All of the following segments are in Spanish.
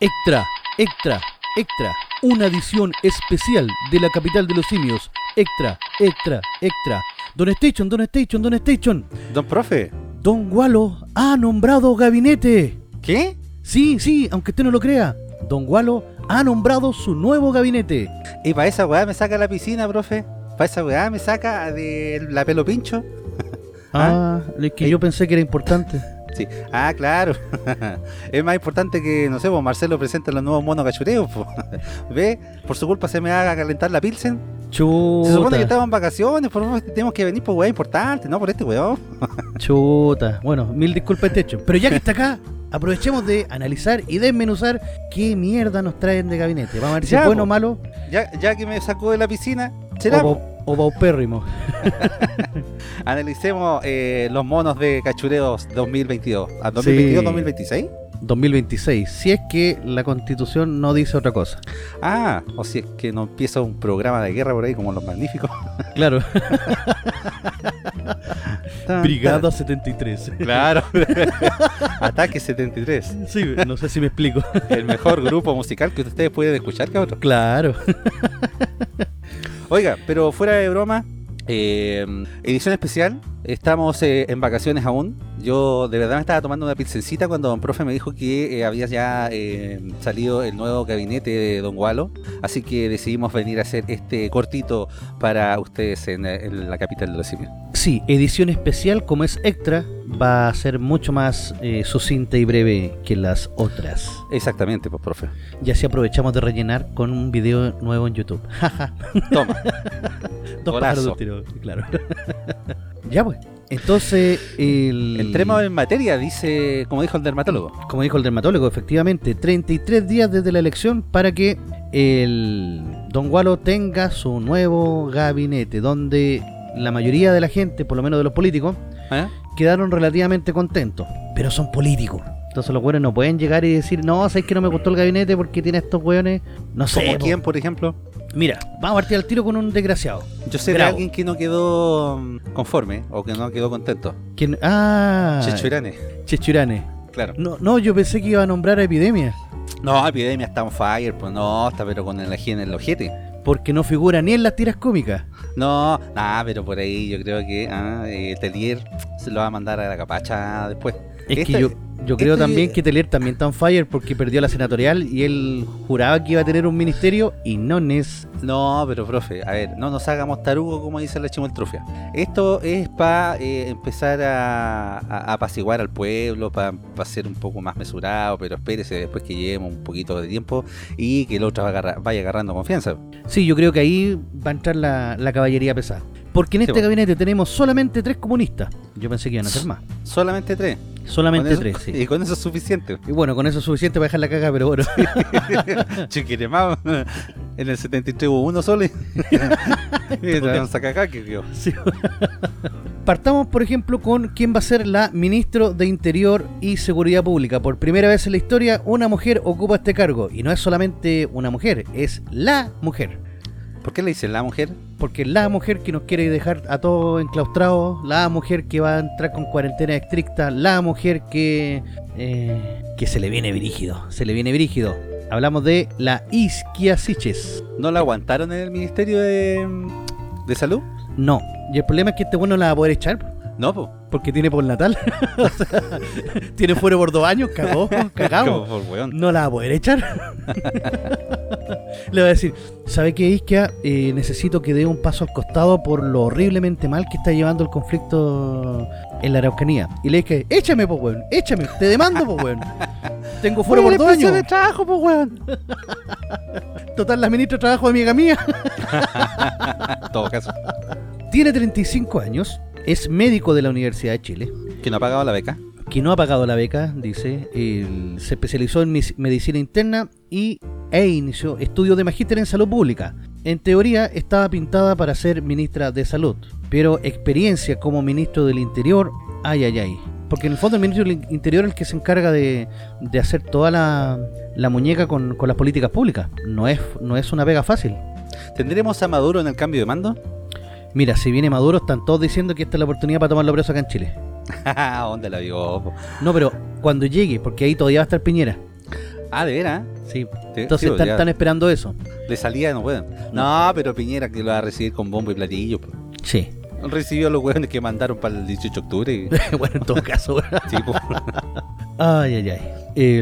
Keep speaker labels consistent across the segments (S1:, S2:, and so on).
S1: Extra, extra, extra. Una edición especial de la capital de los simios. Extra, extra, extra. Don Station, Don Station, Don Station.
S2: Don profe,
S1: Don Gualo ha nombrado gabinete.
S2: ¿qué?
S1: Sí, sí, aunque usted no lo crea. Don Gualo ha nombrado su nuevo gabinete.
S2: ¿Y para esa weá me saca a la piscina, profe? ¿Para esa weá me saca de la pelo pincho?
S1: Ah, es que yo pensé que era importante.
S2: Sí. Ah, claro. es más importante que, no sé, pues Marcelo presenta los nuevos monos cachureos. po. ¿Ve? Por su culpa se me haga calentar la pilsen.
S1: Chuta.
S2: Se supone que estaba en vacaciones, por favor, tenemos que venir por weá importante, ¿no? Por este weón.
S1: Chuta. Bueno, mil disculpas, Techo. Pero ya que está acá, aprovechemos de analizar y desmenuzar qué mierda nos traen de gabinete. Vamos a ver si
S2: Ya,
S1: es bueno
S2: po.
S1: o malo
S2: Ya, ya que me sacó de la piscina,
S1: o,
S2: será. po.
S1: pau- o paupérrimo.
S2: Analicemos eh, los monos de cachureos 2022. ¿A 2022, 2026?
S1: 2026, si es que la constitución no dice otra cosa.
S2: Ah, o si es que no empieza un programa de guerra por ahí como los magníficos.
S1: Claro.
S2: Tan,
S1: Brigada 73.
S2: tan. Claro. Ataque 73.
S1: Sí, no sé si me explico.
S2: El mejor grupo musical que ustedes pueden escuchar, cabrón.
S1: Claro.
S2: Oiga, pero fuera de broma, eh, edición especial. Estamos eh, en vacaciones aún. Yo de verdad me estaba tomando una pizzencita cuando don profe me dijo que eh, había ya eh, salido el nuevo gabinete de don Gualo. Así que decidimos venir a hacer este cortito para ustedes en, eh, en la capital de los simios.
S1: Sí, edición especial como es extra va a ser mucho más eh, sucinta y breve que las otras.
S2: Exactamente, pues profe.
S1: Y así aprovechamos de rellenar con un video nuevo en YouTube.
S2: Toma.
S1: Dos pájaros de
S2: Golazo.
S1: un tiro, claro. ya pues. Entonces, el...
S2: Entremos en materia, dice, como dijo el dermatólogo.
S1: como dijo el dermatólogo, efectivamente, 33 días desde la elección para que el Don Gualo tenga su nuevo gabinete, donde la mayoría de la gente, por lo menos de los políticos,
S2: ¿Eh?
S1: quedaron relativamente contentos. Pero son políticos. Entonces los hueones no pueden llegar y decir, no, sabes que no me gustó el gabinete porque tiene estos hueones. No sé.
S2: ¿Como
S1: po".
S2: quién, por ejemplo?
S1: Mira, vamos a partir al tiro con un desgraciado.
S2: Yo sé
S1: Bravo.
S2: de alguien que no quedó mm, conforme o que no quedó contento.
S1: ¿Quién? Ah,
S2: Chechurane,
S1: Chechurane.
S2: claro.
S1: No, no, yo pensé que iba a nombrar a Epidemia.
S2: No, Epidemia está on fire, pues no, está pero con energía en el ojete.
S1: Porque no figura ni en las tiras cómicas.
S2: No, nada, pero por ahí yo creo que ah, eh, Telier se lo va a mandar a la capacha después.
S1: Es
S2: Esta-
S1: que yo, yo creo
S2: esta-
S1: también que Telier también está on fire porque perdió la senatorial y él juraba que iba a tener un ministerio y no es.
S2: No, pero profe, a ver, no nos hagamos tarugo como dice la chimoltrufia. Esto es para empezar a, a- a apaciguar al pueblo, para ser un poco más mesurado, pero espérese después que lleguemos un poquito de tiempo y que el otro va agarra- vaya agarrando confianza.
S1: Sí, yo creo que ahí va a entrar la, la caballería pesada. Porque en
S2: Sí,
S1: este
S2: bueno.
S1: gabinete tenemos solamente tres comunistas. Yo pensé que iban a ser más.
S2: Solamente tres. Con
S1: Solamente
S2: eso-
S1: tres, sí.
S2: Y con eso es suficiente.
S1: Y bueno, con eso es suficiente para dejar la caga, pero bueno. Ah.
S2: Chiquiremao. En el 73 hubo uno solo. y- y trajeron Sakakaki, tío.
S1: Sí. Partamos, por ejemplo, con quién va a ser la ministro de Interior y Seguridad Pública. Por primera vez en la historia, una mujer ocupa este cargo. Y no es solamente una mujer, es la mujer.
S2: ¿Por qué le dicen la mujer?
S1: Porque la mujer que nos quiere dejar a todos enclaustrados, la mujer que va a entrar con cuarentena estricta, la mujer que. eh, que se le viene brígido, se le viene brígido. Hablamos de la Isquia Siches.
S2: ¿No la aguantaron en el Ministerio de, de Salud?
S1: No, y el problema es que este bueno la va a poder echar.
S2: No, pues.
S1: Porque tiene por natal. O sea, tiene fuero por dos años, cagó, cagamos.
S2: Por weón.
S1: No la va a poder echar. Le va a decir, ¿sabe qué, Isquia? Eh, necesito que dé un paso al costado por lo horriblemente mal que está llevando el conflicto en la Araucanía. Y le dice, échame, po, weón, échame, te demando, po, weón. Tengo fuero por dos años.
S2: trabajo, pues weón.
S1: Total, la ministra de Trabajo, amiga mía.
S2: En todo caso.
S1: Tiene 35 años, es médico de la Universidad de Chile.
S2: Que no ha pagado la beca.
S1: que no ha pagado la beca, dice, él se especializó en mis- medicina interna y, e inició estudios de magíster en salud pública. En teoría estaba pintada para ser ministra de salud, pero experiencia como ministro del interior, ay, ay, ay. Porque en el fondo el ministro del interior es el que se encarga de, de hacer toda la, la muñeca con, con las políticas públicas. No es, no es una pega fácil.
S2: ¿Tendremos a Maduro en el cambio de mando?
S1: Mira, si viene Maduro, están todos diciendo que esta es la oportunidad para tomarlo preso acá en Chile.
S2: ¿Dónde la vio? po?
S1: No, pero cuando llegue, porque ahí todavía va a estar Piñera.
S2: Ah, de veras.
S1: Sí.
S2: Sí,
S1: Entonces
S2: sí,
S1: están,
S2: ya.
S1: están esperando eso.
S2: De salida no pueden. No, pero Piñera que lo va a recibir con bombo y platillo. po.
S1: Sí.
S2: Recibió a los hueones que mandaron para el 18 de octubre. y-
S1: bueno, en todo caso. bueno.
S2: sí, po.
S1: ay, ay, ay.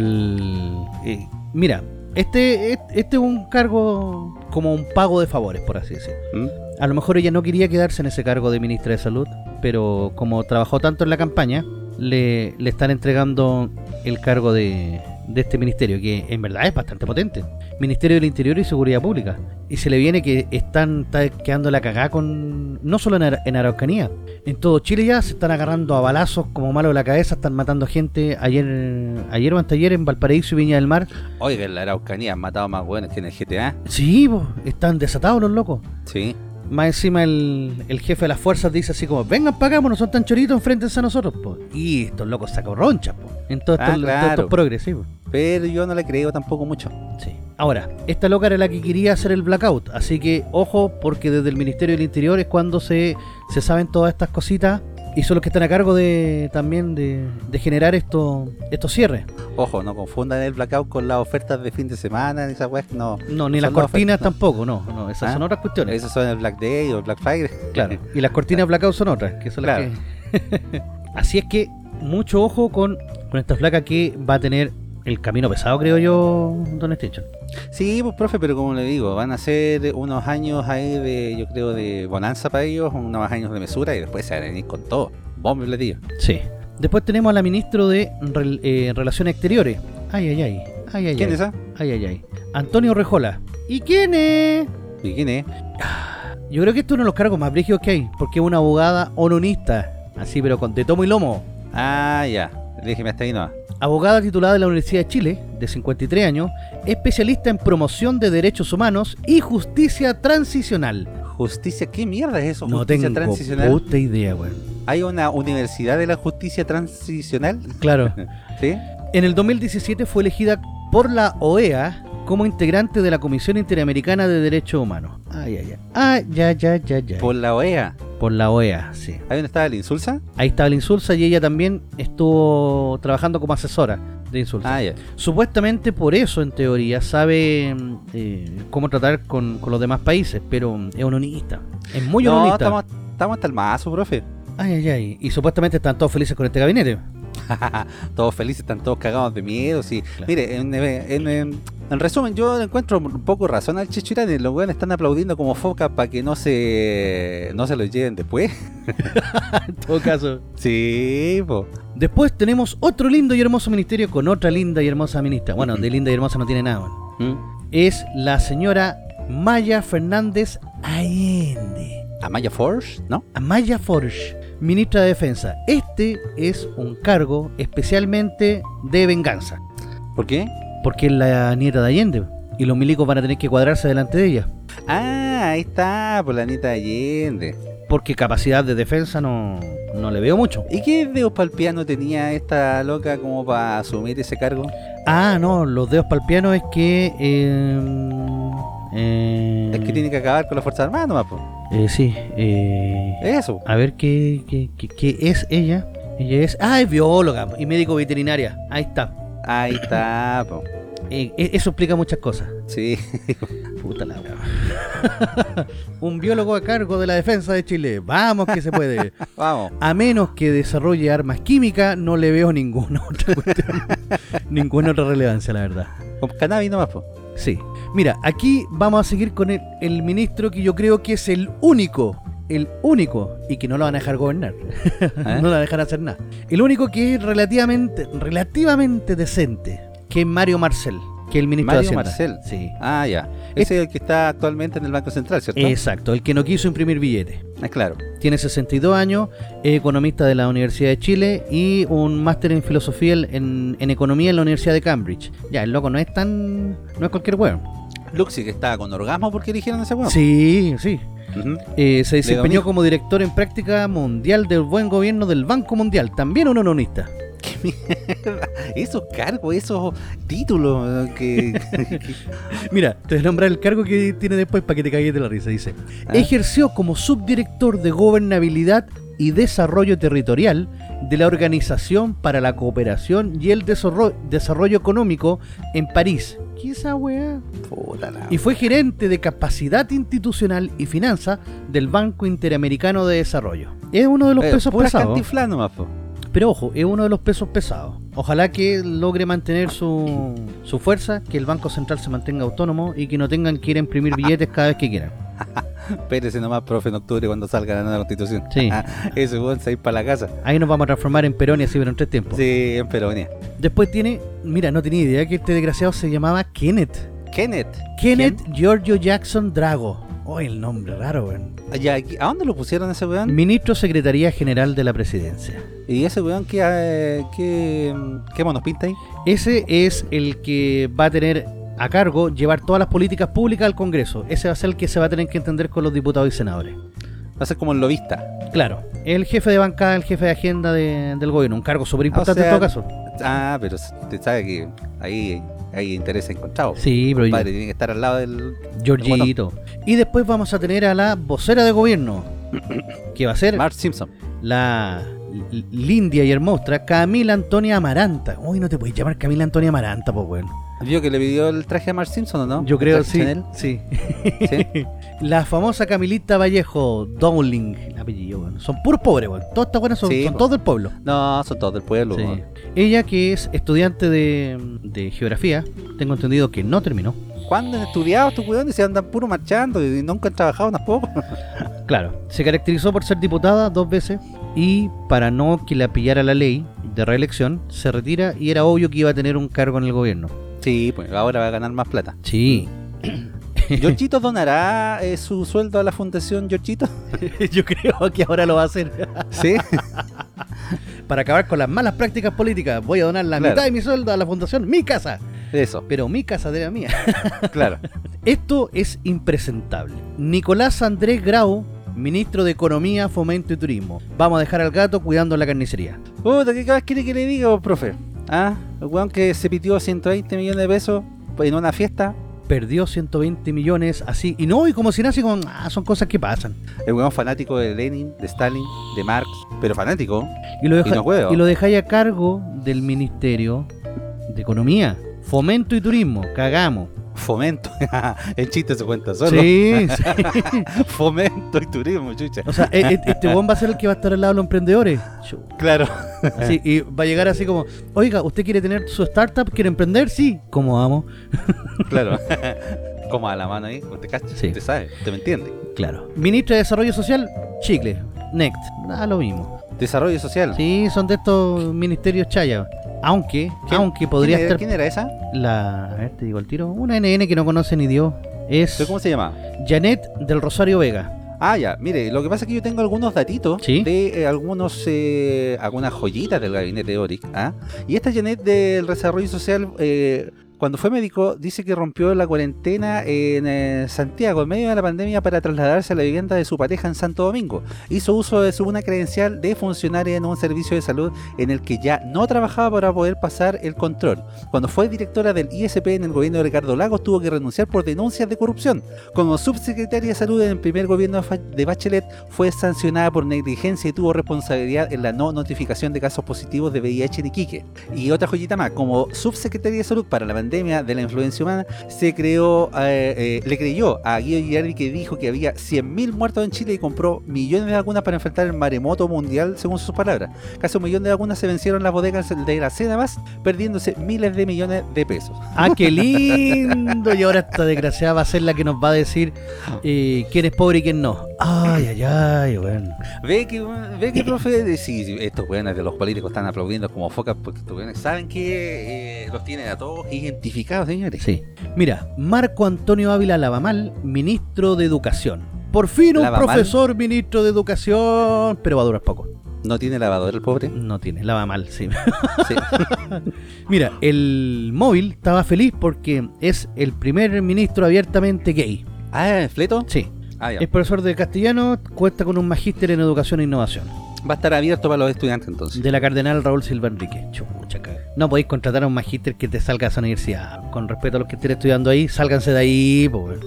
S1: El, eh, mira, este, et- este es un cargo como un pago de favores, por así decirlo.
S2: ¿Mm?
S1: A lo mejor ella no quería quedarse en ese cargo de ministra de salud, pero como trabajó tanto en la campaña, le, le están entregando el cargo de, de este ministerio, que en verdad es bastante potente. Ministerio del Interior y Seguridad Pública. Y se le viene que están está quedando la cagada con. no solo en, Ara- en Araucanía. En todo Chile ya se están agarrando a balazos como malo de la cabeza, están matando gente. Ayer, ayer o anteayer en Valparaíso y Viña del Mar.
S2: Oiga, en la Araucanía han matado más hueones que en el GTA.
S1: Sí, po, están desatados los locos.
S2: Sí.
S1: Más encima el, el jefe de las fuerzas dice así como, vengan para acá, pues no son tan choritos, enfréntense a nosotros, po". Y estos locos sacan ronchas, po. En todos
S2: Ah,
S1: estos, en todos
S2: claro.
S1: estos progresivos.
S2: Pero yo no le creo tampoco mucho.
S1: Sí. Ahora, esta loca era la que quería hacer el blackout, así que ojo, porque desde el Ministerio del Interior es cuando se, se saben todas estas cositas y son los que están a cargo de también de, de generar estos estos cierres.
S2: Ojo, no confundan el blackout con las ofertas de fin de semana, ni esas weas. No.
S1: No, ni
S2: Son
S1: las
S2: las
S1: cortinas
S2: ofertas.
S1: tampoco, no, no, esas
S2: Ah,
S1: son otras cuestiones.
S2: Esos son el Black Day o el Black Friday.
S1: Claro. Y las cortinas blackout son otras, que son
S2: Claro.
S1: las que- Así es que mucho ojo con, con esta flaca que va a tener el camino pesado, creo yo, Don Esticho.
S2: Sí, pues profe, pero como le digo, van a ser unos años ahí de, yo creo, de bonanza para ellos, unos años de mesura y después se van a venir con todo. Bomba y platillo.
S1: Sí. Después tenemos a la ministra de Rel- eh, Relaciones Exteriores. Ay, ay, ay. Ay, ay,
S2: ¿Quién
S1: ay.
S2: es esa?
S1: Ay, ay, ay. Antonio Rejola. ¿Y quién es?
S2: ¿Y quién es?
S1: Yo creo que este es uno de los cargos más brígidos que hay, porque es una abogada ononista. Así, pero con de tomo y lomo.
S2: Ah, ya. Déjeme hasta ahí no.
S1: abogada titulada de la Universidad de Chile, de 53 años, especialista en promoción de derechos humanos y justicia transicional.
S2: Justicia, ¿qué mierda es eso?
S1: No
S2: Justicia
S1: tengo
S2: transicional.
S1: puta idea, weón.
S2: Hay una universidad de la justicia transicional,
S1: Claro.
S2: ¿sí?
S1: En el 2017 fue elegida por la OEA como integrante de la Comisión Interamericana de Derechos Humanos. Ay, ay, Ah, ay. Ay, ay, ay, ay, ay.
S2: Por la OEA.
S1: Por la OEA, sí.
S2: Ahí donde estaba la insulsa.
S1: Ahí estaba la Insulsa y ella también estuvo trabajando como asesora de Insulsa.
S2: Ah, ya.
S1: Supuestamente por eso, en teoría, sabe mm, eh, cómo tratar con, con los demás países, pero mm, es un unionista. Es muy
S2: no,
S1: unionista.
S2: estamos, estamos hasta el mazo, profe.
S1: Ay, ay, ay. Y supuestamente están todos felices con este gabinete.
S2: todos felices, están todos cagados de miedo. Sí.
S1: Claro.
S2: Mire, en, en- en- en resumen, yo le encuentro un poco razón al Chichirani. Los weones están aplaudiendo como foca para que no se no se los lleven después.
S1: En todo caso.
S2: Sí, po.
S1: Después tenemos otro lindo y hermoso ministerio con otra linda y hermosa ministra. Bueno,
S2: Ujú.
S1: de linda y hermosa no tiene nada. bueno.
S2: Mm.
S1: Es la señora Maya Fernández Allende.
S2: Amaya Force, ¿no?
S1: Amaya Forge, ministra de Defensa. Este es un cargo especialmente de venganza.
S2: ¿Por qué?
S1: porque es la nieta de Allende y los milicos van a tener que cuadrarse delante de ella
S2: Ah, ahí está, por la Anita Allende.
S1: porque capacidad de defensa no, no le veo mucho.
S2: ¿Y qué dedos palpiano tenía esta loca como para asumir ese cargo?
S1: Ah, no, los dedos para el piano es que... eh, eh,
S2: Es que tiene que acabar con las Fuerzas Armadas nomás, po.
S1: eh, sí, eh,
S2: Eso.
S1: a ver qué, qué, qué- qué es ella. Ella es... Ah, es bióloga y médico veterinaria. Ahí está.
S2: Ahí está, po.
S1: Eh, e- eso explica muchas cosas.
S2: Sí.
S1: Puta la wea. Un biólogo a cargo de la defensa de Chile. Vamos que se puede.
S2: Vamos.
S1: A menos que desarrolle armas químicas, no le veo ninguna otra cuestión, ninguna otra relevancia, la verdad.
S2: Con cannabis nomás, po.
S1: Sí. Mira, aquí vamos a seguir con el, el ministro que yo creo que es el único, el único, y que no lo van a dejar gobernar,
S2: ¿Eh?
S1: no lo van a dejar hacer nada. El único que es relativamente, relativamente decente, que es Mario Marcel, que es el ministro
S2: Mario
S1: de Hacienda.
S2: Marcel.
S1: Sí.
S2: Ah, ya. Ese es el que está actualmente en el Banco Central, ¿cierto?
S1: Exacto, el que no quiso imprimir billetes.
S2: Ah, claro.
S1: Tiene 62 años, es economista de la Universidad de Chile y un máster en filosofía en, en economía en la Universidad de Cambridge. Ya, el loco no es tan. no es cualquier weón.
S2: Luxi que estaba con orgasmo porque eligieron a ese weón.
S1: Sí, sí.
S2: Ujú.
S1: Eh, se
S2: domingo.
S1: desempeñó como director en práctica mundial del buen gobierno del Banco Mundial, también un ononista.
S2: Esos cargos, esos títulos eh, que.
S1: Mira, te voy a nombrar el cargo que tiene después para que te caigas de la risa. Dice:
S2: Ah.
S1: Ejerció como subdirector de gobernabilidad y Desarrollo Territorial de la Organización para la Cooperación y el Desarrollo, Desarrollo Económico en París. ¿Qué esa weá?
S2: Ah, Puta la-
S1: Y fue gerente de Capacidad Institucional y Finanzas del Banco Interamericano de Desarrollo. Es uno de los
S2: Eh,
S1: pesos
S2: pura
S1: pesados.
S2: cantinflada nomás, po.
S1: Pero ojo, es uno de los pesos pesados. Ojalá que logre mantener su, su fuerza, que el Banco Central se mantenga autónomo y que no tengan que ir a imprimir billetes cada vez que quieran.
S2: Espérese nomás, profe, en octubre cuando salga la nueva constitución.
S1: Sí.
S2: Ese weón se va a ir para la casa.
S1: Ahí nos vamos a transformar en Peronia así en tres tiempos.
S2: Sí, en Peronia.
S1: Después tiene, mira, no tenía idea que este desgraciado se llamaba Kenneth.
S2: Kenneth.
S1: Kenneth Giorgio Jackson Drago. Oh, el nombre raro, weón.
S2: Ya, aquí- ¿A dónde lo pusieron ese weón?
S1: Ministro Secretaría General de la Presidencia.
S2: ¿Y ese weón qué, eh, qué, qué monos pinta ahí?
S1: Ese es el que va a tener a cargo llevar todas las políticas públicas al Congreso. Ese va a ser el que se va a tener que entender con los diputados y senadores.
S2: Va a ser como el lobista.
S1: Claro, el jefe de bancada, el jefe de agenda de- del gobierno, un cargo súper importante
S2: O sea,
S1: en todo caso.
S2: Ah, pero te sabe que ahí hay interés encontrado.
S1: Sí, pero
S2: Padre, tiene que estar al lado del.
S1: Georgito. Y después vamos a tener a la vocera de gobierno, que va a ser
S2: Mark Simpson.
S1: la l- lindia y hermosa Camila Antonia Amaranta. Uy, no te puedes llamar Camila Antonia Amaranta, pues bueno.
S2: ¿Vio que le pidió el traje a Mark Simpson o no?
S1: Yo creo
S2: ¿El traje
S1: sí,
S2: Chanel?
S1: sí.
S2: Sí.
S1: La famosa Camilita Vallejo Dowling, el apellido, weón. Son puros pobres, weón. Todas estas buenas son,
S2: Sí,
S1: son
S2: po.
S1: todos del pueblo.
S2: No, son todos del pueblo.
S1: Sí.
S2: weón.
S1: Ella que es estudiante de, de geografía, tengo entendido que no terminó.
S2: ¿Cuándo han estudiado estos weones? Se andan puro marchando y nunca han trabajado tampoco.
S1: Claro, se caracterizó por ser diputada dos veces y para no que la pillara la ley de reelección, se retira y era obvio que iba a tener un cargo en el gobierno.
S2: Sí, pues ahora va a ganar más plata.
S1: Sí,
S2: ¿Giorgito donará eh, su sueldo a la fundación Giorgito?
S1: yo creo que ahora lo va a hacer.
S2: Sí.
S1: Para acabar con las malas prácticas políticas, voy a donar la
S2: Claro.
S1: mitad de mi sueldo a la fundación Mi Casa.
S2: Eso,
S1: Pero mi casa de la mía.
S2: claro.
S1: Esto es impresentable. Nicolás Andrés Grau, ministro de Economía, Fomento y Turismo. Vamos a dejar al gato cuidando la carnicería.
S2: Puta, ¿qué más quiere que le diga, vos, profe? Ah, el weón que se pitió 120 millones de pesos en una fiesta.
S1: Perdió 120 millones así. Y no, y como si nace con. Ah, son cosas que pasan.
S2: El weón fanático de Lenin, de Stalin, de Marx, pero fanático.
S1: Y lo, deja-
S2: Y no juego.
S1: y lo dejáis a cargo del Ministerio de Economía, Fomento y Turismo. Cagamos.
S2: Fomento. el chiste se cuenta solo.
S1: Sí, sí.
S2: Fomento y turismo, chucha.
S1: O sea, e- e- este buen va a ser el que va a estar al lado de los emprendedores. Chu.
S2: Claro.
S1: Así, y va a llegar así como, oiga, ¿usted quiere tener su startup? ¿Quiere emprender? Sí. ¿Cómo amo?
S2: Claro. Como a la mano ahí, ¿te cachas?
S1: Sí.
S2: Te sabe, te me entiende.
S1: Claro. Ministra de Desarrollo Social, Chicle, NECT. Nada, lo mismo.
S2: Desarrollo social.
S1: Sí, son de estos ministerios chaya. Aunque,
S2: ¿Quién-
S1: aunque podría
S2: ¿Quién era,
S1: estar
S2: ¿Quién era esa?
S1: la... A ver, te digo el tiro. Una NN que no conoce ni Dios. Es
S2: ¿Pero ¿Cómo se llamaba?
S1: Janet del Rosario Vega.
S2: Ah, ya, mire, lo que pasa es que yo tengo algunos datitos
S1: Sí.
S2: de eh, algunos eh, algunas joyitas del gabinete de Oric. ¿ah? Y esta Janet del Desarrollo Social, eh, cuando fue médico, dice que rompió la cuarentena en eh, Santiago en medio de la pandemia para trasladarse a la vivienda de su pareja en Santo Domingo. Hizo uso de su una credencial de funcionaria en un servicio de salud en el que ya no trabajaba para poder pasar el control. Cuando fue directora del ISP en el gobierno de Ricardo Lagos, tuvo que renunciar por denuncias de corrupción. Como subsecretaria de salud en el primer gobierno de Fa- de Bachelet, fue sancionada por negligencia y tuvo responsabilidad en la no notificación de casos positivos de VIH en Iquique. Y otra joyita más, como subsecretaria de salud para la pandemia de la influencia humana, se creó, eh, eh, le creyó a Guido Girardi que dijo que había 100.000 muertos en Chile y compró millones de vacunas para enfrentar el maremoto mundial, según sus palabras. Casi un millón de vacunas se vencieron en las bodegas de la cena más, perdiéndose miles de millones de pesos.
S1: ¡Ah, qué lindo! Y ahora esta desgraciada va a ser la que nos va a decir eh, quién es pobre y quién no. Ay, ay, ay, bueno.
S2: Ve que, ve que profe, si estos weones de los políticos están aplaudiendo como focas porque estos weones saben que eh, los tienen a todos identificados, señores.
S1: Sí. Mira, Marco Antonio Ávila Lavamal, ministro de Educación. Por fin un
S2: ¿Lavamal?
S1: profesor ministro de Educación, pero va a durar poco.
S2: No tiene lavadora el pobre.
S1: No tiene, Lavamal, sí.
S2: Sí.
S1: Mira, el móvil estaba feliz porque es el primer ministro abiertamente gay.
S2: ah, ¿fleto?
S1: Sí.
S2: Ah, ya.
S1: Es profesor de castellano, cuenta con un magíster en educación e innovación.
S2: Va a estar abierto para los estudiantes entonces.
S1: De la cardenal Raúl Silva Enrique. Chucha, caga. No podéis contratar a un magíster que te salga a esa universidad. Con respeto a los que estén estudiando ahí, sálganse de ahí, po, weón.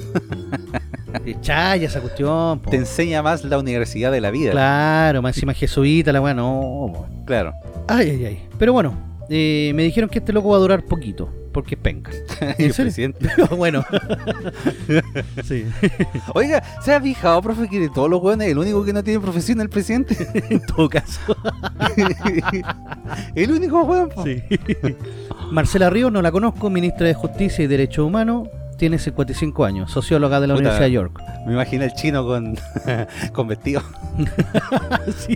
S1: Chaya esa cuestión. po.
S2: Te enseña más la universidad de la vida.
S1: Claro, más encima jesuita, la weá, no. po.
S2: Claro.
S1: Ay, ay, ay. Pero bueno, eh, me dijeron que este loco va a durar poquito, porque es penca.
S2: Y el
S1: serio?
S2: presidente.
S1: bueno. sí.
S2: Oiga, ¿se ha fijado, profe, que de todos los hueones, el único que no tiene profesión es el presidente?
S1: En todo caso.
S2: el único hueón, po.
S1: Sí. Marcela Ríos, no la conozco, ministra de Justicia y Derechos Humanos. Tiene 55 años, socióloga de la
S2: Puta.
S1: Universidad de York.
S2: Me imagino el chino con, con vestido.
S1: Sí.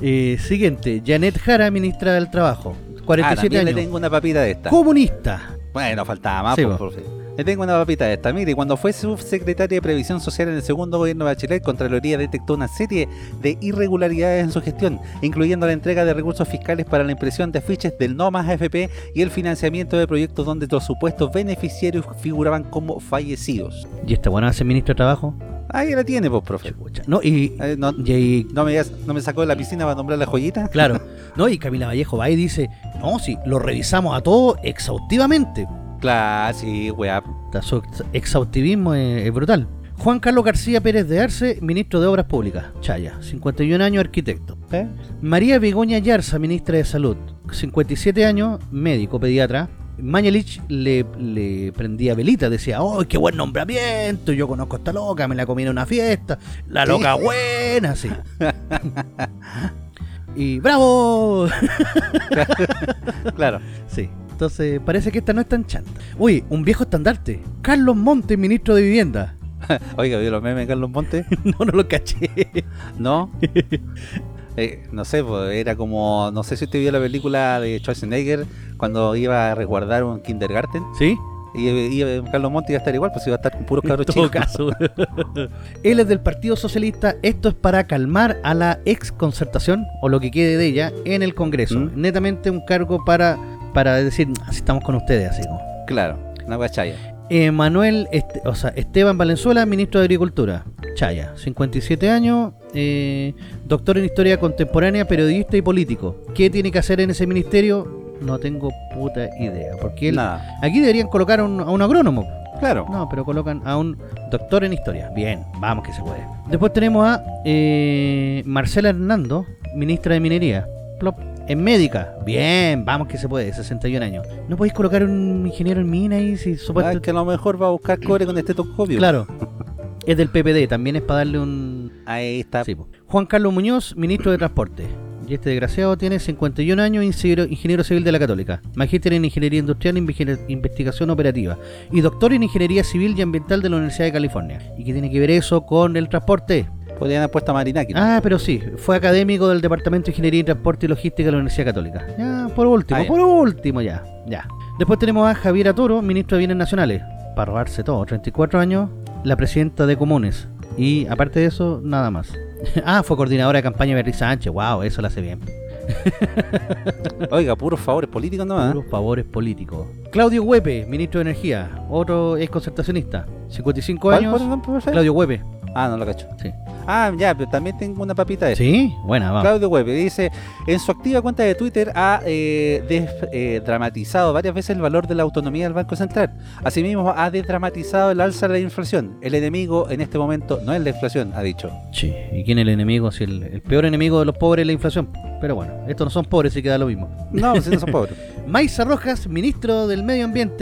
S1: Eh, siguiente, Janet Jara, ministra del Trabajo.
S2: Ah,
S1: 47
S2: también
S1: años.
S2: le tengo una papita de esta.
S1: Comunista.
S2: Bueno, faltaba más,
S1: Sí,
S2: po,
S1: po.
S2: profe. Le tengo una papita de esta. Mire, cuando fue subsecretaria de Previsión Social en el segundo gobierno de Bachelet, Contraloría detectó una serie de irregularidades en su gestión, incluyendo la entrega de recursos fiscales para la impresión de afiches del No Más AFP y el financiamiento de proyectos donde los supuestos beneficiarios figuraban como fallecidos.
S1: ¿Y esta buena va a ser ministra de Trabajo?
S2: Ahí la tiene, pues, profe.
S1: Chucha. No, y,
S2: Eh, no,
S1: y ahí
S2: no me, digas- ¿No me sacó de la piscina para nombrar la joyita?
S1: Claro. No, y Camila Vallejo va y dice, no, sí, lo revisamos a todo exhaustivamente.
S2: Claro, sí, weá.
S1: Ta- Su ex- exhaustivismo es, es brutal. Juan Carlos García Pérez de Arce, ministro de Obras Públicas, Chaya, 51 años, arquitecto.
S2: ¿Eh?
S1: María Begoña Yarza, ministra de Salud, 57 años, médico, pediatra. Mañalich le, le prendía velita, decía, ¡oh, qué buen nombramiento! Yo conozco a esta loca, me la comí en una fiesta, la
S2: Sí.
S1: loca buena, sí. y bravo,
S2: Claro.
S1: Sí. Entonces, parece que esta no es tan chanta. Uy, un viejo estandarte. Carlos Montes, ministro de Vivienda.
S2: Oiga, ¿vio los memes de Carlos Montes?
S1: No, no lo caché.
S2: No. Eh, no sé, pues, era como. No sé si usted vio la película de Schwarzenegger cuando iba a resguardar un kindergarten.
S1: ¿Sí?
S2: Y, y Carlos Monti iba a estar igual, pues iba a estar con puros cabros
S1: En todo
S2: chicos.
S1: caso. Él es del Partido Socialista. Esto es para calmar a la ex concertación, o lo que quede de ella, en el Congreso.
S2: Mm.
S1: Netamente un cargo para, para decir, así estamos con ustedes, así como.
S2: Claro, una guachaya.
S1: Emanuel, Este- o sea, Esteban Valenzuela, ministro de Agricultura. Chaya, 57 años, eh, doctor en Historia Contemporánea, periodista y político. ¿Qué tiene que hacer en ese ministerio? No tengo puta idea. Porque él-
S2: Nada.
S1: aquí deberían colocar a un, a un agrónomo.
S2: Claro.
S1: No, pero colocan a un doctor en Historia. Bien, vamos que se puede. Después tenemos a eh, Marcela Hernando, ministra de Minería. Plop. En médica, bien, vamos que se puede, 61 años. ¿No podéis colocar un ingeniero en mina ahí si
S2: Ah,
S1: supuesto
S2: es que a lo mejor va a buscar cobre con este estetoscopio.
S1: Claro. Es del PPD, también es para darle un...
S2: Ahí está.
S1: Sí, po. Juan Carlos Muñoz, ministro de Transporte. Y este desgraciado tiene 51 años, ingeniero, ingeniero civil de la Católica, magíster en Ingeniería Industrial e Invige- Investigación Operativa y doctor en Ingeniería Civil y Ambiental de la Universidad de California. ¿Y qué tiene que ver eso con el transporte?
S2: Podrían haber puesto a Marinaki.
S1: Ah, pero sí, fue académico del Departamento de Ingeniería y Transporte y Logística de la Universidad Católica. Ya, por último,
S2: Ah, ya.
S1: por último ya, ya. Después tenemos a Javier Atoro, ministro de Bienes Nacionales, para robarse todo, 34 años, la presidenta de Comunes. Y aparte de eso, nada más. ah, fue coordinadora de campaña de Berry Sánchez, wow, eso la hace bien.
S2: Oiga, puros favores políticos nomás. ¿eh?
S1: Puros favores políticos. Claudio Huepe, ministro de Energía, otro ex concertacionista, 55
S2: ¿Cuál,
S1: años.
S2: cuál, cuál, cuál, cuál?
S1: Claudio Huepe.
S2: Ah, no lo cacho.
S1: Sí.
S2: Ah, ya, pero también tengo una papita de
S1: Sí, buena, vamos.
S2: Claudio Web dice, en su activa cuenta de Twitter ha eh, desdramatizado varias veces el valor de la autonomía del Banco Central. Asimismo, ha desdramatizado el alza de la inflación. El enemigo en este momento no es la inflación, ha dicho.
S1: Sí, ¿y quién es el enemigo? Si el, el peor enemigo de los pobres es la inflación. Pero bueno, estos no son pobres, y queda lo mismo.
S2: No, si no son pobres.
S1: Maisa Rojas, ministro del Medio Ambiente,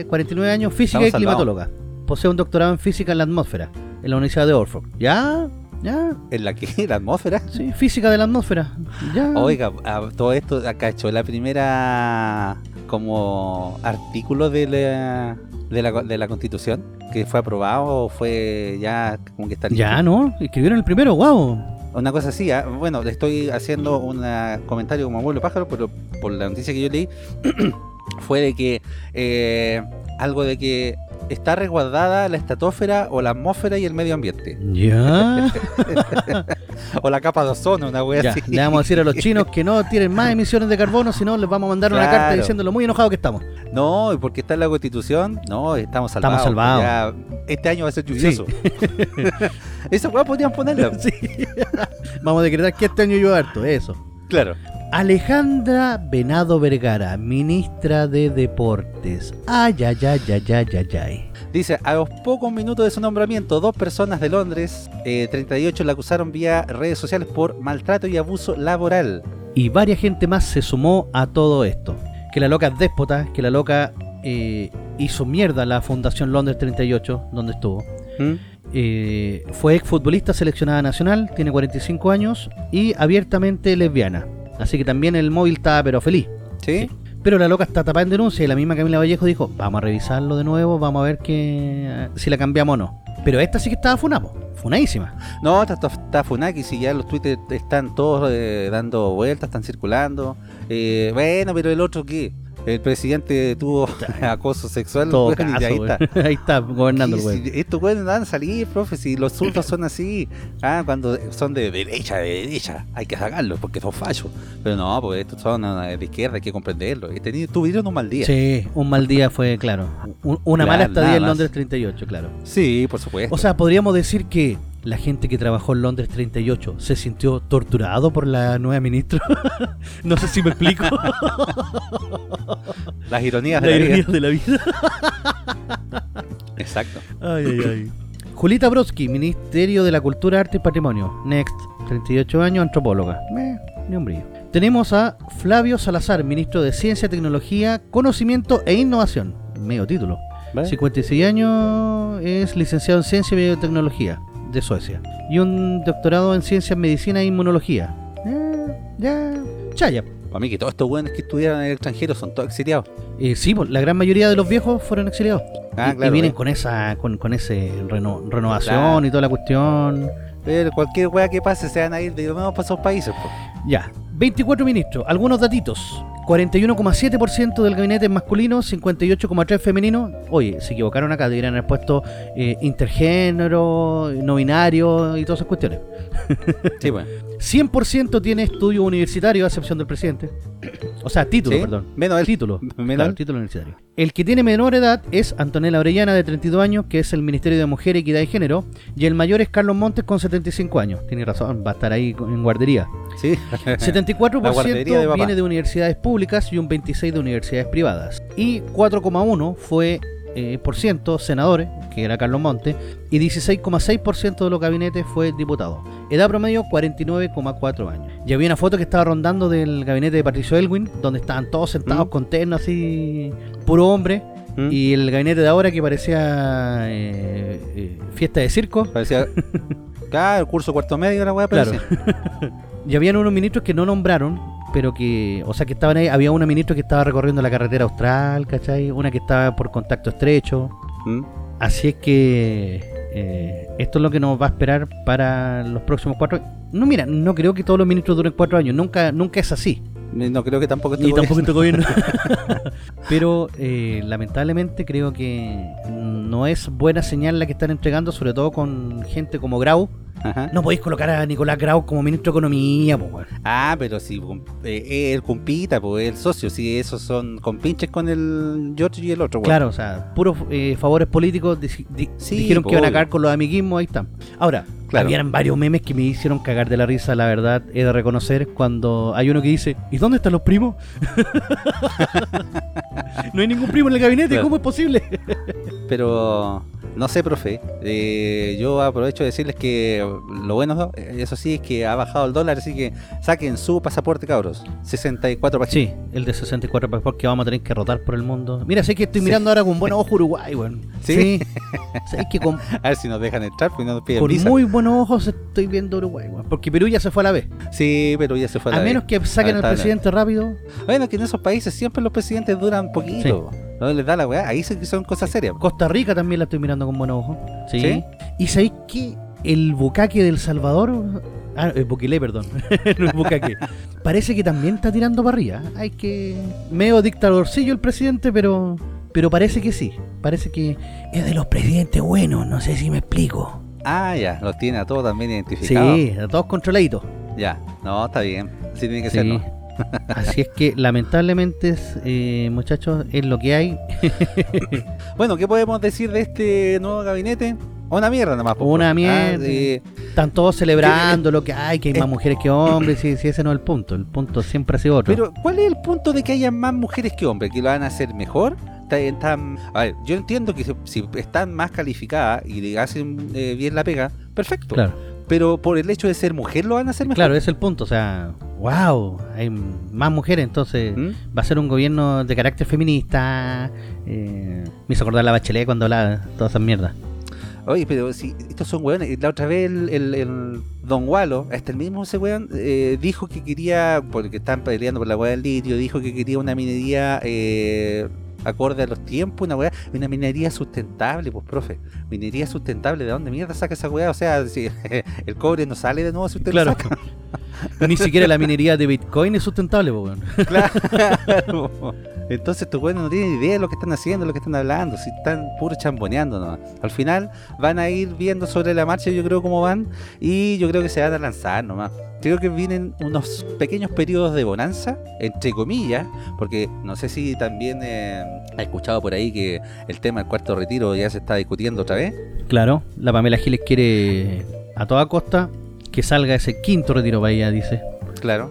S1: eh, 49 años, física
S2: Estamos
S1: y climatóloga. Posee un doctorado en física en la atmósfera, en la Universidad de Oxford. ¿Ya? ¿Ya?
S2: ¿En la que la atmósfera?
S1: Sí, física de la atmósfera. ¿Ya?
S2: Oiga, a- todo esto acá hecho la primera como artículo de la, de la, de la Constitución que fue aprobado o fue ya como que está listo.
S1: Ya, ¿no? Escribieron el primero, wow.
S2: Una cosa así, ah, bueno, le estoy haciendo un ah, comentario como abuelo pájaro, pero por la noticia que yo leí, fue de que eh, algo de que está resguardada la estratosfera o la atmósfera y el medio ambiente.
S1: Ya.
S2: O la capa de ozono, una wea
S1: ya.
S2: así.
S1: Le vamos a decir a los chinos que no tienen más emisiones de carbono, sino les vamos a mandar una carta
S2: Claro.
S1: diciéndolo muy enojado que estamos.
S2: No, y porque está en la constitución, no, estamos salvados.
S1: salvados.
S2: ya este año va a ser lluvioso. Esa wea podrían ponerla.
S1: Sí. vamos a decretar que este año llueve harto, eso.
S2: Claro.
S1: Alejandra Venado Vergara, ministra de Deportes. Ay, ay, ay, ay, ay, ay, ay.
S2: Dice, a los pocos minutos de su nombramiento, dos personas de Londres, eh, 38, la acusaron vía redes sociales por maltrato y abuso laboral.
S1: Y varias gente más se sumó a todo esto. Que la loca es déspota, que la loca eh, hizo mierda la Fundación Londres 38, donde estuvo.
S2: ¿Mm?
S1: Eh, fue exfutbolista seleccionada nacional, tiene 45 años y abiertamente lesbiana. Así que también el móvil estaba pero feliz.
S2: ¿Sí?
S1: Pero la loca está tapada en denuncia y la misma Camila Vallejo dijo, vamos a revisarlo de nuevo, vamos a ver que, si la cambiamos o no. Pero esta sí que estaba funapo, funadísima.
S2: No, está, está, está Funaki, si ya los tweets están todos eh, dando vueltas, están circulando. Eh, bueno, pero el otro qué? El presidente tuvo acoso sexual,
S1: Todo
S2: weón, y
S1: caso,
S2: ahí
S1: weón.
S2: está.
S1: Ahí está, gobernando el
S2: Sí,
S1: weón.
S2: sí, Estos güeyes van a salir, profe, si los zurdos son así. Ah, cuando son de derecha, de derecha, hay que sacarlos porque son fallos. Pero no, porque estos son eh, de izquierda, hay que comprenderlo. Y teni- tuvieron un mal día. Sí,
S1: Sí, un mal día fue, claro. Un- una
S2: Claro,
S1: mala estadía
S2: nada
S1: en
S2: más.
S1: Londres 38, claro.
S2: por supuesto.
S1: O sea, podríamos decir que la gente que trabajó en Londres 38 se sintió torturado por la nueva ministra. no sé si me explico
S2: Las ironías
S1: la
S2: de la
S1: ironía
S2: vida.
S1: de la vida.
S2: Exacto.
S1: Ay, ay, ay. Julita Brodsky, Ministerio de la Cultura, Arte y Patrimonio. Next, 38 años, antropóloga. Meh, ni un brillo. Tenemos a Flavio Salazar, Ministro de Ciencia, Tecnología, Conocimiento e Innovación. Medio título.
S2: ¿Eh?
S1: 56 años, es licenciado en Ciencia y Biotecnología de Suecia. Y un doctorado en Ciencias, Medicina e Inmunología. Eh, ya. Chaya.
S2: Para mí que pues, todos estos güeyes que estudiaron en el extranjero son todos exiliados.
S1: Eh, sí, pues, la gran mayoría de los viejos fueron exiliados.
S2: Ah,
S1: y, y
S2: claro.
S1: vienen
S2: eh.
S1: con esa con, con ese reno- renovación
S2: Claro.
S1: y toda la cuestión.
S2: Pero cualquier weá que pase se van a ir de nuevo para esos países. pues. po.
S1: Ya. 24 ministros, algunos datitos. 41,7% del gabinete es masculino, 58,3% femenino. Oye, se equivocaron acá, deberían haber puesto eh, intergénero, no binario y todas esas cuestiones.
S2: Sí, pues. bueno.
S1: 100% tiene estudio universitario, a excepción del presidente. O sea, título,
S2: Sí,
S1: perdón.
S2: Menos
S1: El
S2: él.
S1: título.
S2: Menos
S1: Claro,
S2: él.
S1: título universitario. El que tiene menor edad es Antonella Orellana, de 32 años, que es el Ministerio de Mujer, Equidad y Género. Y el mayor es Carlos Montes, con 75 años. Tiene razón, va a estar ahí en guardería.
S2: Sí. La guardería de
S1: 74%
S2: papá.
S1: viene de universidades públicas y un 26% de universidades privadas. Y 4,1% fue eh, por ciento senadores, que era Carlos Monte, y 16,6% de los gabinetes fue diputado. Edad promedio 49,4 años. Y había una foto que estaba rondando del gabinete de Patricio Elwin, donde estaban todos sentados
S2: Mm.
S1: con terno así, puro hombre,
S2: Mm.
S1: y el gabinete de ahora que parecía eh, eh, fiesta de circo.
S2: Parecía. claro, curso cuarto medio, la weá,
S1: Claro.
S2: parece.
S1: Y habían unos ministros que no nombraron, pero que, o sea, que estaban ahí. Había una ministra que estaba recorriendo la carretera austral, ¿cachai? Una que estaba por contacto estrecho.
S2: Mm.
S1: Así es que eh, esto es lo que nos va a esperar para los próximos cuatro No, mira, no creo que todos los ministros duren cuatro años. Nunca, nunca es así.
S2: No creo que tampoco
S1: Ni
S2: este
S1: tampoco en
S2: gobierno-
S1: tu gobierno. pero eh, lamentablemente creo que no es buena señal la que están entregando, sobre todo con gente como Grau.
S2: Ajá.
S1: No podéis colocar a Nicolás Grau como ministro de Economía, pues, weón.
S2: Ah, pero si eh, el compita, pues el socio, si esos son compinches con el George y el otro, weón.
S1: Claro, o sea, puros eh, favores políticos. dij- di-
S2: Sí,
S1: dijeron
S2: po,
S1: que iban a
S2: obvio.
S1: cagar con los amiguismos, ahí están. Ahora,
S2: Claro.
S1: habían varios memes que me hicieron cagar de la risa, la verdad, he de reconocer, cuando hay uno que dice, ¿y dónde están los primos? no hay ningún primo en el gabinete,
S2: Claro.
S1: ¿cómo es posible?
S2: Pero no sé, profe. eh, yo aprovecho de decirles que lo bueno, eh, eso sí, es que ha bajado el dólar, así que saquen su pasaporte, cabros. 64 pachitos.
S1: sí, el de 64 pasaportes que vamos a tener que rotar por el mundo. Mira, sé que estoy
S2: Sí.
S1: mirando ahora con buen ojo Uruguay, weón.
S2: Sí.
S1: Sabes que con,
S2: A ver si nos dejan entrar, porque no nos piden
S1: con
S2: visa.
S1: muy buenos ojos estoy viendo Uruguay, weón. Porque Perú ya se fue a la vez.
S2: Sí, pero ya se fue
S1: A
S2: la Ah, vez.
S1: menos que saquen al
S2: Lamentablemente.
S1: presidente rápido,
S2: Bueno, que en esos países siempre los presidentes duran poquito. No les da la weá. Ahí sí que son cosas serias.
S1: Costa Rica también la estoy mirando con buenos ojos. Sí.
S2: ¿Sí?
S1: ¿Y sabéis que el bucaque del Salvador? Ah, el buquilé, perdón. no es bucaque. Parece que también está tirando para arriba. Hay que. Medio dictadorcillo el presidente, pero. Pero parece que sí. Parece que es de los presidentes buenos. No sé si me explico.
S2: Ah, ya, los tiene a todos también
S1: Sí,
S2: identificados.
S1: a todos controladitos.
S2: Ya, no, está bien. Así tiene que ser,
S1: Sí.
S2: ¿no?
S1: Así es que, lamentablemente, es, eh, muchachos, es lo que hay.
S2: Bueno, ¿qué podemos decir de este nuevo gabinete? Una mierda nomás. po,
S1: Una
S2: profe.
S1: mierda.
S2: sí.
S1: Están todos
S2: eh,
S1: celebrando lo que hay, que hay más mujeres que hombres, y si ese no es el punto, el punto siempre ha sido otro.
S2: Pero, ¿cuál es el punto de que haya más mujeres que hombres? ¿Que lo van a hacer mejor? Está- están- a ver, yo entiendo que si- si están más calificadas y le hacen eh, bien la pega, perfecto.
S1: claro,
S2: Pero por el hecho de ser mujer lo van a hacer mejor.
S1: claro, ese es el punto, o sea, wow, hay más mujeres, entonces
S2: ¿Mm?
S1: va a ser un gobierno de carácter feminista. eh, me hizo acordar la bachelet cuando hablaba todas esas mierdas.
S2: Oye, pero si estos son hueones. y La otra vez el, el- el Don Walo, hasta el mismo ese hueón, eh, dijo que quería, porque están peleando por la hueá del litio, dijo que quería una minería eh, acorde a los tiempos, una hueá, una minería sustentable, pues profe. Minería sustentable, ¿de dónde mierda saca esa hueá? O sea, si el cobre no sale de nuevo si usted lo saca.
S1: Ni siquiera la minería de Bitcoin es sustentable, po, weón.
S2: Claro. Entonces estos güeyes no tienen idea de lo que están haciendo, de lo que están hablando, si están puro chamboneando nomás. Al final van a ir viendo sobre la marcha, yo creo, cómo van, y yo creo que se van a lanzar nomás. Creo que vienen unos pequeños periodos de bonanza, entre comillas, porque no sé si también eh, ha escuchado por ahí que el tema del cuarto retiro ya se está discutiendo otra vez.
S1: Claro, la Pamela Giles quiere a toda costa que salga ese quinto retiro para ella, dice.
S2: Claro.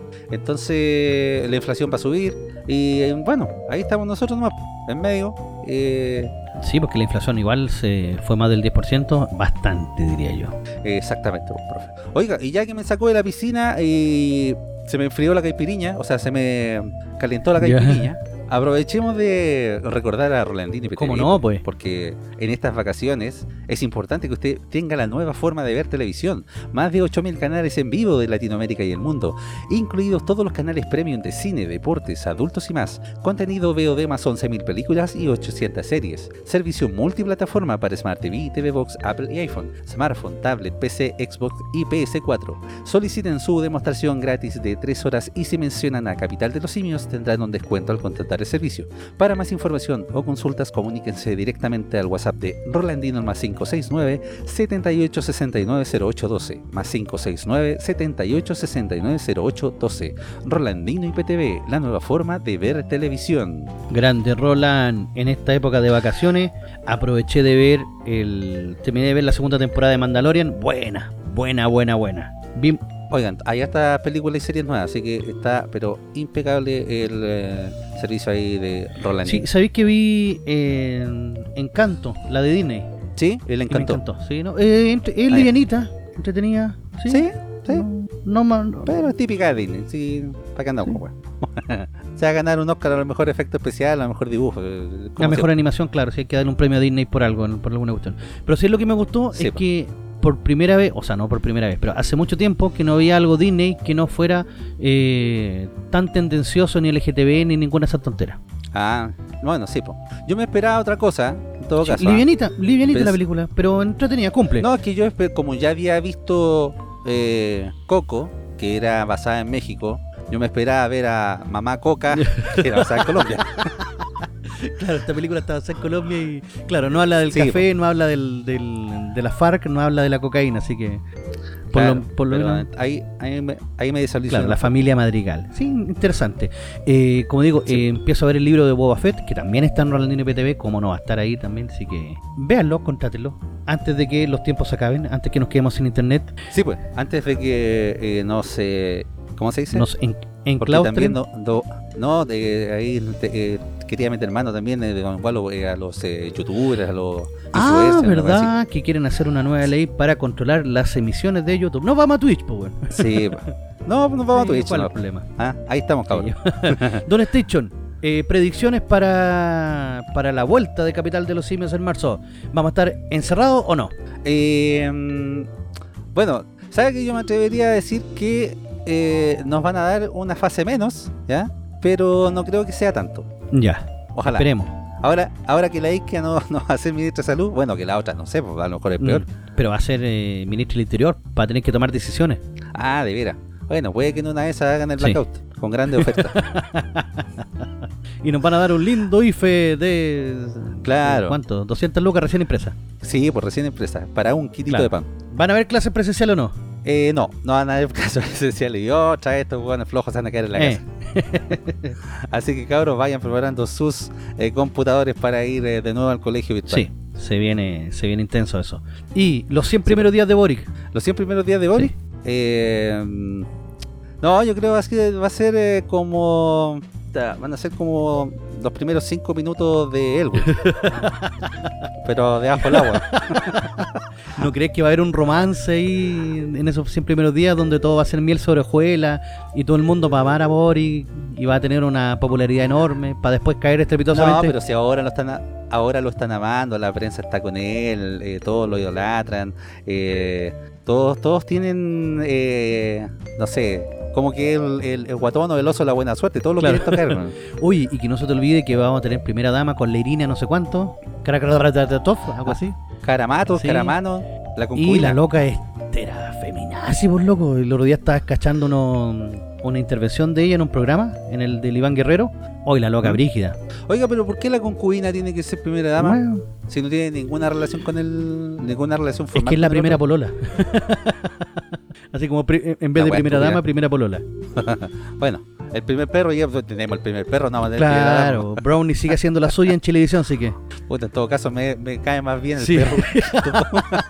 S2: Entonces la inflación va a subir, y eh, bueno, ahí estamos nosotros nomás, en medio. eh,
S1: Sí, porque la inflación igual se fue más del 10%, bastante diría yo.
S2: Exactamente, pues, profe. Oiga, y ya que me sacó de la piscina y se me enfrió la caipiriña, o sea, se me calentó la
S1: Ya.
S2: caipiriña, aprovechemos de recordar a Rolandini Petelli,
S1: ¿Cómo no, pues?
S2: Porque en estas vacaciones es importante que usted tenga la nueva forma de ver televisión. Más de 8.000 canales en vivo de Latinoamérica y el mundo, incluidos todos los canales premium de cine, deportes, adultos y más. Contenido VOD más 11.000 películas y 800 series. Servicio multiplataforma para Smart TV, TV Box, Apple y iPhone, smartphone, tablet, PC, Xbox y PS4. Soliciten su demostración gratis de 3 horas y si mencionan a Capital de los Simios tendrán un descuento al contratar el servicio. Para más información o consultas comuníquense directamente al WhatsApp de Rolandino al más 569 78690812 más 569 78690812 Rolandino IPTV, la nueva forma de ver televisión.
S1: Grande Roland, en esta época de vacaciones aproveché de ver el terminé de ver la segunda temporada de Mandalorian, buena, buena, buena, buena. Vi-
S2: Oigan, hay hasta películas y series nuevas, así que está pero impecable el eh, servicio ahí de
S1: sí,
S2: Rolandino.
S1: sabéis que vi eh, Encanto, la de Disney.
S2: Sí, él
S1: Y me
S2: le encantó.
S1: encantó, sí, no, eh, entre- es
S2: Ah, ya.
S1: livianita, entretenida, sí.
S2: Sí, sí.
S1: No, no ma- no-
S2: Pero es típica de Disney, sí, para que andamos, weón. Se va a ganar un Oscar a lo mejor efecto especial, a lo mejor dibujo. eh, como
S1: La mejor
S2: siempre.
S1: animación, claro, si hay que darle un premio a Disney por algo, por alguna cuestión. Pero sí lo que me gustó
S2: Sí,
S1: es
S2: po.
S1: que por primera vez, o sea, no por primera vez, pero hace mucho tiempo que no había algo Disney que no fuera eh, tan tendencioso ni LGTB ni ninguna de esas tonteras.
S2: Ah, bueno, sí, po. Yo me esperaba otra cosa, en todo
S1: Sí,
S2: caso. ah.
S1: livianita, livianita
S2: Pens-
S1: la película, pero entretenida, cumple.
S2: No, es que yo, espe- como ya había visto eh, Coco, que era basada en México, yo me esperaba ver a Mamá Coca, que era basada en Colombia.
S1: Claro, esta película está basada en Colombia y, claro, no habla del
S2: Sí,
S1: café, no habla del, del- de la FARC, no habla de la cocaína, así que por
S2: Claro,
S1: lo, por lo
S2: pero
S1: menos...
S2: Ahí, ahí me, ahí me
S1: Claro,
S2: desilusionó.
S1: la familia Madrigal. Sí, interesante. Eh, como digo,
S2: Sí.
S1: eh, empiezo a ver el libro de Boba Fett, que también está en Rolandino PTV, como no va a estar ahí también, así que véanlo, contrátelo, antes de que los tiempos se acaben, antes que nos quedemos sin internet,
S2: Sí, pues, antes de que eh, nos... eh, ¿Cómo se dice?
S1: nos en,
S2: Porque
S1: enclaustren.
S2: también no, no, no, de, ahí te- eh, quería meter mano también eh, de Don Gualo, eh, a los eh, youtubers, a los
S1: Ah,
S2: influencers, algo así.
S1: verdad, que quieren hacer una nueva ley para controlar las emisiones de YouTube. No vamos a Twitch, pues bueno.
S2: Sí, po. no, pues, no vamos a Twitch,
S1: ¿Cuál
S2: no.
S1: es el problema?
S2: Ah, ahí estamos, cabrón.
S1: Don Station, eh, predicciones para, para la vuelta de Capital de los Simios en marzo. ¿Vamos a estar encerrados o no?
S2: Eh, mm, bueno, ¿sabes que yo me atrevería a decir que eh, nos van a dar una fase menos, ¿ya? Pero no creo que sea tanto.
S1: Ya,
S2: Ojalá.
S1: esperemos.
S2: Ahora, ahora que la ISCA no, no va a ser ministra de salud, bueno, que la otra, no sé, pues, a lo mejor es peor.
S1: Mm, Pero va a ser eh, ministro del Interior, va a tener que tomar decisiones.
S2: Ah, de veras. Bueno, puede que en una de esas hagan el
S1: Mm. Sí.
S2: blackout con grande oferta.
S1: Y nos van a dar un lindo IFE de...
S2: Claro.
S1: ¿Cuánto? 200 lucas recién impresa.
S2: sí, por recién empresa, para un quitito
S1: Claro.
S2: de pan.
S1: ¿Van a haber clases presenciales o no?
S2: Eh, no, no van a haber casos esenciales. Y otra, estos hueones flojos se van a caer en la
S1: Eh.
S2: casa. Así que cabros, vayan preparando sus eh, computadores para ir eh, de nuevo al colegio virtual.
S1: Sí. Se viene, se viene intenso eso. Y los 100 primeros días de Boric.
S2: Los 100 primeros días de Boris. eh, no, yo creo que va a ser eh, como. ta, Van a ser como los primeros 5 minutos de Elwood. Pero debajo del agua.
S1: ¿No
S2: Ah.
S1: crees que va a haber un romance ahí en esos 100 primeros días donde todo va a ser miel sobre hojuela y todo el mundo va a amar a Boric y va a tener una popularidad enorme para después caer
S2: No,
S1: estrepitosamente?
S2: pero si ahora lo están a- ahora lo están amando, la prensa está con él, eh, todos lo idolatran, eh, todos todos tienen, eh, no sé, como que el, el- el guatón o el oso de la buena suerte, todos lo
S1: Claro.
S2: quieren tocar. ¿no?
S1: Uy, y que no se te olvide que vamos a tener primera dama con la Irina no sé cuánto, Ah, Karakratatov, algo así.
S2: Caramato,
S1: Sí.
S2: caramano, la
S1: Y la
S2: concubina.
S1: loca es era feminazi, por loco. El otro día estaba cachando uno- una intervención de ella en un programa, en el del Iván Guerrero. Hoy la loca
S2: ¿Mm?
S1: brígida.
S2: Oiga, pero ¿por qué la concubina tiene que ser primera dama
S1: Bueno,
S2: si no tiene ninguna relación con el ninguna relación
S1: es
S2: formal?
S1: que es la
S2: con el
S1: primera
S2: otro?
S1: polola. Así como pri- en vez
S2: La
S1: de
S2: wea
S1: primera
S2: estúpida.
S1: dama, primera polola.
S2: Bueno, el primer perro ya pues, tenemos el primer perro, no vamos a tener primera dama.
S1: Claro, Brownie sigue haciendo la suya en Chilevisión, así que.
S2: Puta, en todo caso me, me cae más bien el
S1: Sí.
S2: perro.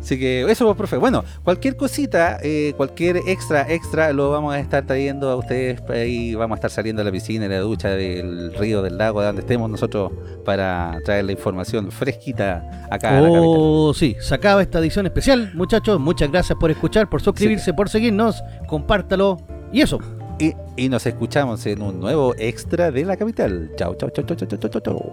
S2: Así que eso pues, profe. Bueno, cualquier cosita, eh, cualquier extra, extra, lo vamos a estar trayendo a ustedes ahí. Vamos a estar saliendo de la piscina, de la ducha, del río, del lago, de donde estemos nosotros para traer la información fresquita acá. a la capital.
S1: Oh, sí, se acaba esta edición especial, muchachos. Muchas gracias por escuchar, por suscribirse, por seguirnos. Compártalo. Y eso.
S2: Y, y nos escuchamos en un nuevo extra de la capital. Chau, chau, chau, chau, chau, chau, chau, chau.